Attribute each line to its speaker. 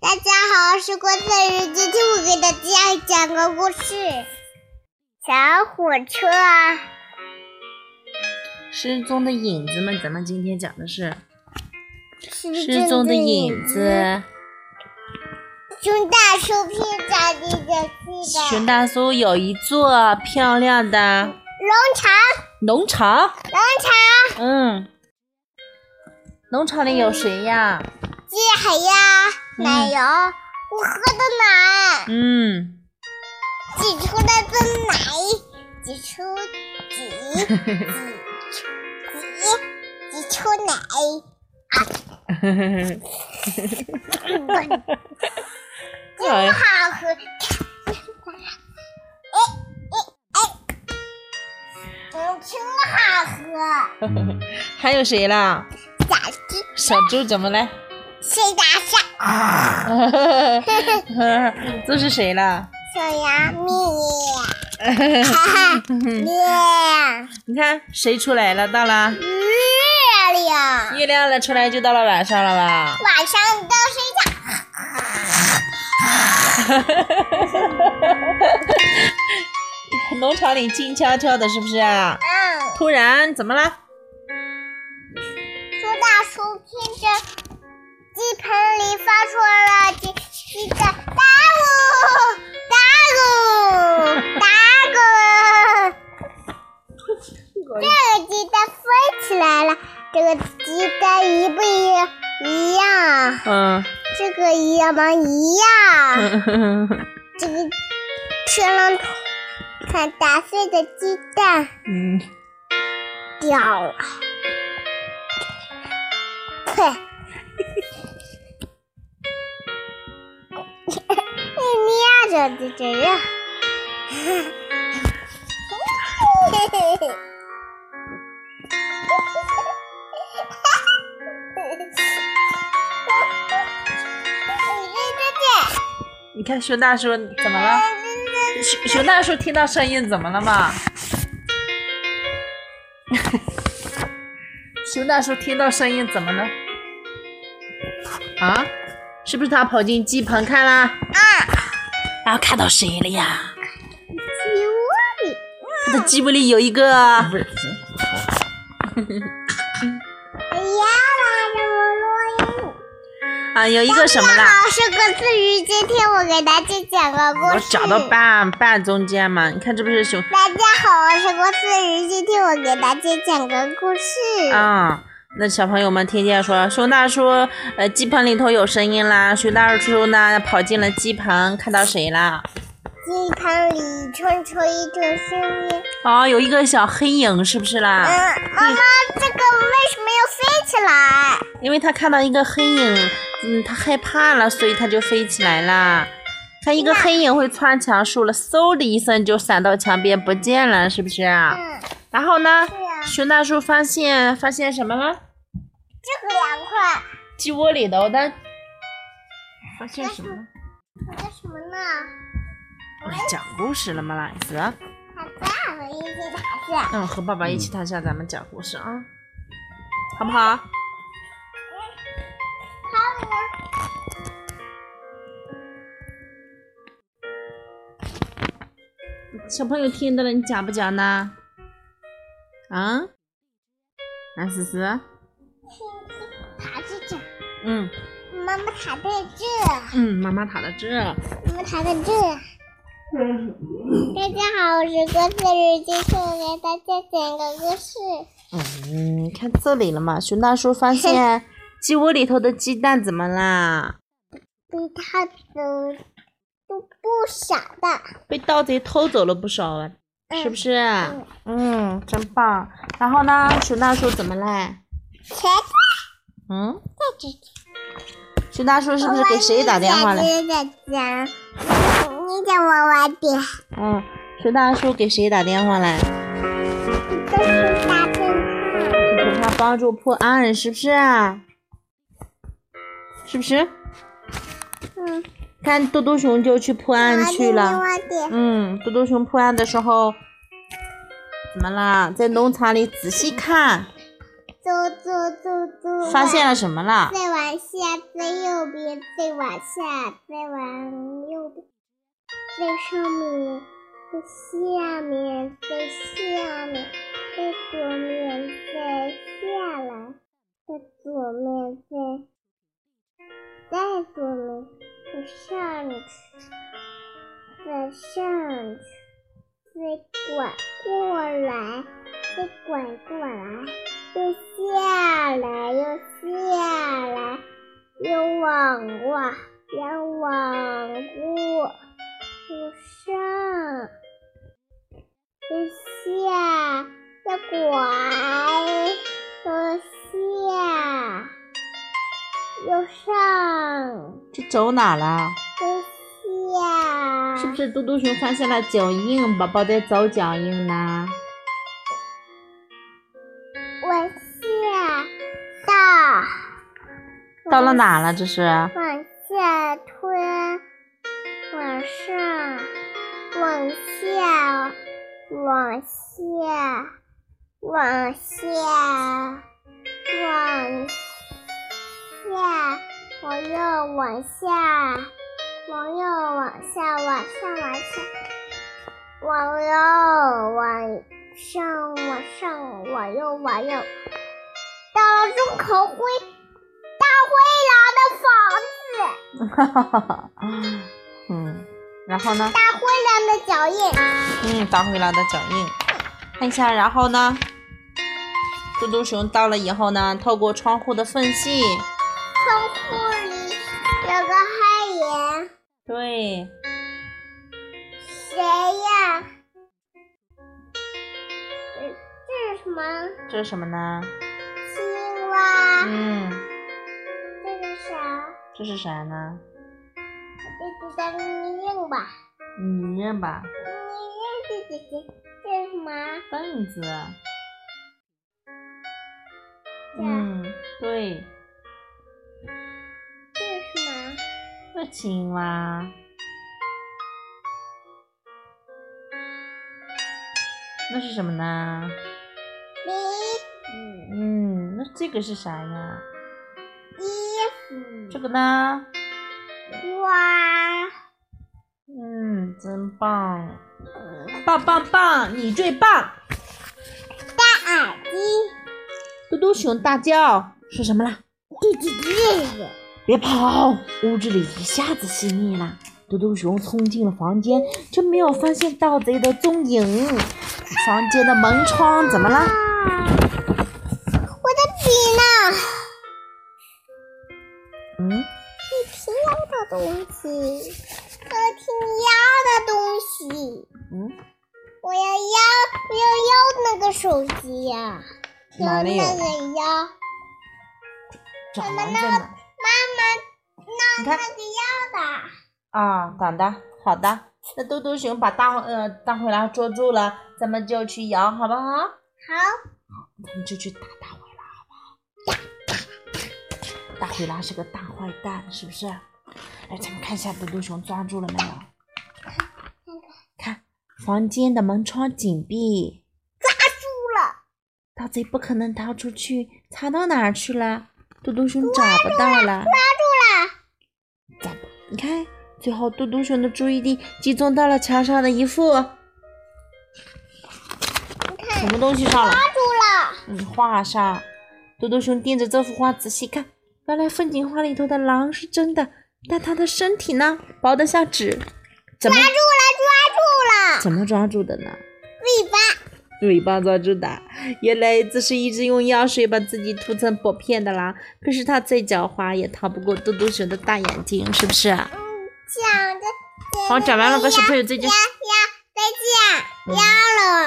Speaker 1: 大家好，我是郭子瑜，今天我给大家讲个故事，《小火车》。啊
Speaker 2: 失踪的影子们，咱们今天讲的是
Speaker 1: 失
Speaker 2: 失踪的影子。
Speaker 1: 熊大叔披着一个披的
Speaker 2: 熊大叔有一座漂亮的
Speaker 1: 农场，
Speaker 2: 农场，
Speaker 1: 农场
Speaker 2: 嗯，农场里有谁呀？
Speaker 1: 鸡海鸭、
Speaker 2: 嗯
Speaker 1: 奶油，我喝的奶，
Speaker 2: 嗯，
Speaker 1: 挤出来的奶，挤出挤挤挤挤出奶，
Speaker 2: 哎呀
Speaker 1: 好喝。嗯，真好喝！
Speaker 2: 还有谁啦？
Speaker 1: 小鸡
Speaker 2: 小猪怎么了？
Speaker 1: 睡大觉，
Speaker 2: 这是谁啦？
Speaker 1: 小羊咪，哈哈，亮
Speaker 2: 你看谁出来了？到了，
Speaker 1: 月亮，
Speaker 2: 月亮了，出来就到了晚上了吧？
Speaker 1: 晚上都睡觉。
Speaker 2: 农场里静悄悄的，是不是啊？
Speaker 1: 嗯，
Speaker 2: 突然怎么 了？
Speaker 1: 猪大叔听着鸡盆里发出了鸡鸡的打鼓，打鼓，打鼓。这个鸡蛋飞起来了，这个鸡蛋一不一样一样？
Speaker 2: 嗯。
Speaker 1: 这个一样吗？一样。这个天狼看打碎的鸡蛋
Speaker 2: 嗯，
Speaker 1: 掉了，呸！ 你捏着的这 样。
Speaker 2: 你看熊大叔怎
Speaker 1: 啊
Speaker 2: 么了？熊熊大叔听到声音怎么了嘛？ 熊大叔听到声音怎么了？啊？是不是他跑进鸡棚看啦？啊！
Speaker 1: 哎
Speaker 2: 然后啊看到谁了呀？
Speaker 1: 鸡窝里
Speaker 2: 他的鸡窝里有一个，不是
Speaker 1: 哎呀，妈怎么录音？
Speaker 2: 啊，有一个什么啦？
Speaker 1: 好，是郭思雨，今天我给大家讲个故事。
Speaker 2: 我找到半半中间嘛，你看这不是熊
Speaker 1: 大家好，我是郭思雨，今天我给大家讲个故事。
Speaker 2: 啊、那小朋友们听见说，熊大叔，呃，鸡棚里头有声音啦。熊大叔呢，跑进了鸡棚，看到谁啦？
Speaker 1: 鸡棚里传出一阵声音。
Speaker 2: 哦，有一个小黑影，是不是
Speaker 1: 嗯，
Speaker 2: 啦？
Speaker 1: 妈妈，这个为什么要飞起来？
Speaker 2: 因为他看到一个黑影，嗯，他害怕了，所以他就飞起来啦。看一个黑影会穿墙树了，嗖的一声就闪到墙边不见了，是不是啊？
Speaker 1: 嗯，
Speaker 2: 然后呢
Speaker 1: 是，啊
Speaker 2: 熊大叔发现发现什么了？
Speaker 1: 这个凉快。
Speaker 2: 鸡窝里头的发现什么了？
Speaker 1: 我叫什么呢？
Speaker 2: 哎讲故事了吗，懒子？
Speaker 1: 好爸爸一起打架。
Speaker 2: 那我和爸爸一起躺下，咱们讲故事啊，好不好？
Speaker 1: 好呀。
Speaker 2: 小朋友听到了，你讲不讲呢？啊？蓝思思？
Speaker 1: 塔在这，
Speaker 2: 嗯
Speaker 1: 妈妈塔在这，
Speaker 2: 嗯，妈妈躺在这儿。
Speaker 1: 妈妈塔在这。大家好，我是郭子雨，今天我给大家讲个故事。
Speaker 2: 嗯，看这里了嘛，熊大叔发现鸡窝里头的鸡蛋怎么啦？
Speaker 1: 被嗯他走不不少的，
Speaker 2: 被盗贼偷走了不少啊，
Speaker 1: 嗯
Speaker 2: 是不是？嗯，真棒。然后呢，熊大叔怎么嘞？
Speaker 1: 全在
Speaker 2: 嗯，
Speaker 1: 这里。
Speaker 2: 熊大叔是不是给谁打电话了？
Speaker 1: 你讲，你讲我晚点，
Speaker 2: 嗯，熊大叔给谁打电话嘞？嗯
Speaker 1: 这是大侦探。
Speaker 2: 给他帮助破案，是不是啊？是不是？
Speaker 1: 嗯，
Speaker 2: 看嘟嘟熊就去破案去
Speaker 1: 我
Speaker 2: 了。
Speaker 1: 晚点，
Speaker 2: 嗯，嘟嘟熊破案的时候，怎么啦？在农场里仔细看，
Speaker 1: 走走走走。
Speaker 2: 发现了什么啦？
Speaker 1: 再往下走，在右边，再往下，再往右边，在上面，在下面，在下面，在左面，再下来，在左面，再再左面，再上去，再上去，再拐过来，再拐过来，又下来，又下来。又往过，又往过，又上，又下，又拐，又下，又上，
Speaker 2: 这走哪了？
Speaker 1: 又下，
Speaker 2: 是不是嘟嘟熊发现了脚印？宝宝在找脚印呢。
Speaker 1: 往下到，
Speaker 2: 到了哪了？这是啊
Speaker 1: 往下推，往上，往下，往下，往下，往下，往右，往下，往右，往下，往上，往下，往右，往上，往上，往右，往右。到了中口灰大灰狼的房子。
Speaker 2: 嗯，然后呢？
Speaker 1: 大灰狼的脚印，
Speaker 2: 嗯，大灰狼的脚印，看一下，然后呢？嘟嘟熊到了以后呢，透过窗户的缝隙，
Speaker 1: 窗户里有个黑影，
Speaker 2: 对，
Speaker 1: 谁呀？嗯这是什么？
Speaker 2: 这是什么呢？
Speaker 1: 青蛙。
Speaker 2: 嗯，
Speaker 1: 这是啥？
Speaker 2: 这是啥呢？
Speaker 1: 这是张硬吧？
Speaker 2: 你认吧，
Speaker 1: 你认识姐姐？这是什么？
Speaker 2: 凳子。
Speaker 1: 这
Speaker 2: 嗯，对，
Speaker 1: 这是什么？
Speaker 2: 这青蛙。那是什么呢？
Speaker 1: 你
Speaker 2: 嗯，那这个是啥呀？
Speaker 1: 衣
Speaker 2: 这个呢？
Speaker 1: 服花。
Speaker 2: 嗯，真棒，棒棒棒，你最棒！
Speaker 1: 大耳机。
Speaker 2: 嘟嘟熊大叫说什么啦？
Speaker 1: 这是这个。
Speaker 2: 别跑！屋子里一下子熄灭了。嘟嘟熊冲进了房间，却没有发现盗贼的踪影。房间的门窗怎么了？
Speaker 1: 啊！我的笔呢？
Speaker 2: 嗯，
Speaker 1: 你听要的东西，我要听要的东西，
Speaker 2: 嗯，
Speaker 1: 我要要，我要要那个手机呀、
Speaker 2: 哪
Speaker 1: 要
Speaker 2: 里有
Speaker 1: 那个要，
Speaker 2: 长男在哪？你
Speaker 1: 那
Speaker 2: 看
Speaker 1: 个要的。
Speaker 2: 啊，长的，好的。那嘟嘟熊把大呃大灰狼捉住了，咱们就去摇，好不好？
Speaker 1: 好，
Speaker 2: 咱们就去打大灰狼，好不好？大灰狼是个大坏蛋，是不是？来，咱们看一下嘟嘟熊抓住了没有？看，房间的门窗紧闭，
Speaker 1: 输了，
Speaker 2: 盗贼不可能逃出去，藏到哪儿去了？嘟嘟熊找不到了。
Speaker 1: 输了，
Speaker 2: 咋？你看，最后嘟嘟熊的注意力集中到了墙上的一幅
Speaker 1: 你
Speaker 2: 什
Speaker 1: 看，
Speaker 2: 么东西上了？
Speaker 1: 输了，
Speaker 2: 嗯，画上。嘟嘟熊盯着这幅画仔细看，原来风景画里头的狼是真的，但它的身体呢，薄得像纸，怎么
Speaker 1: 抓住了，
Speaker 2: 怎么抓住的呢？
Speaker 1: 尾巴，
Speaker 2: 尾巴抓住的。原来这是一只用药水把自己涂成薄片的狼，可是它再狡猾也逃不过嘟嘟熊的大眼睛，是不啊是？
Speaker 1: 嗯，讲的，哎
Speaker 2: 好，讲完了吧，小朋友，再
Speaker 1: 呀
Speaker 2: 见
Speaker 1: 呀。，再见，
Speaker 2: 嗯
Speaker 1: 要了。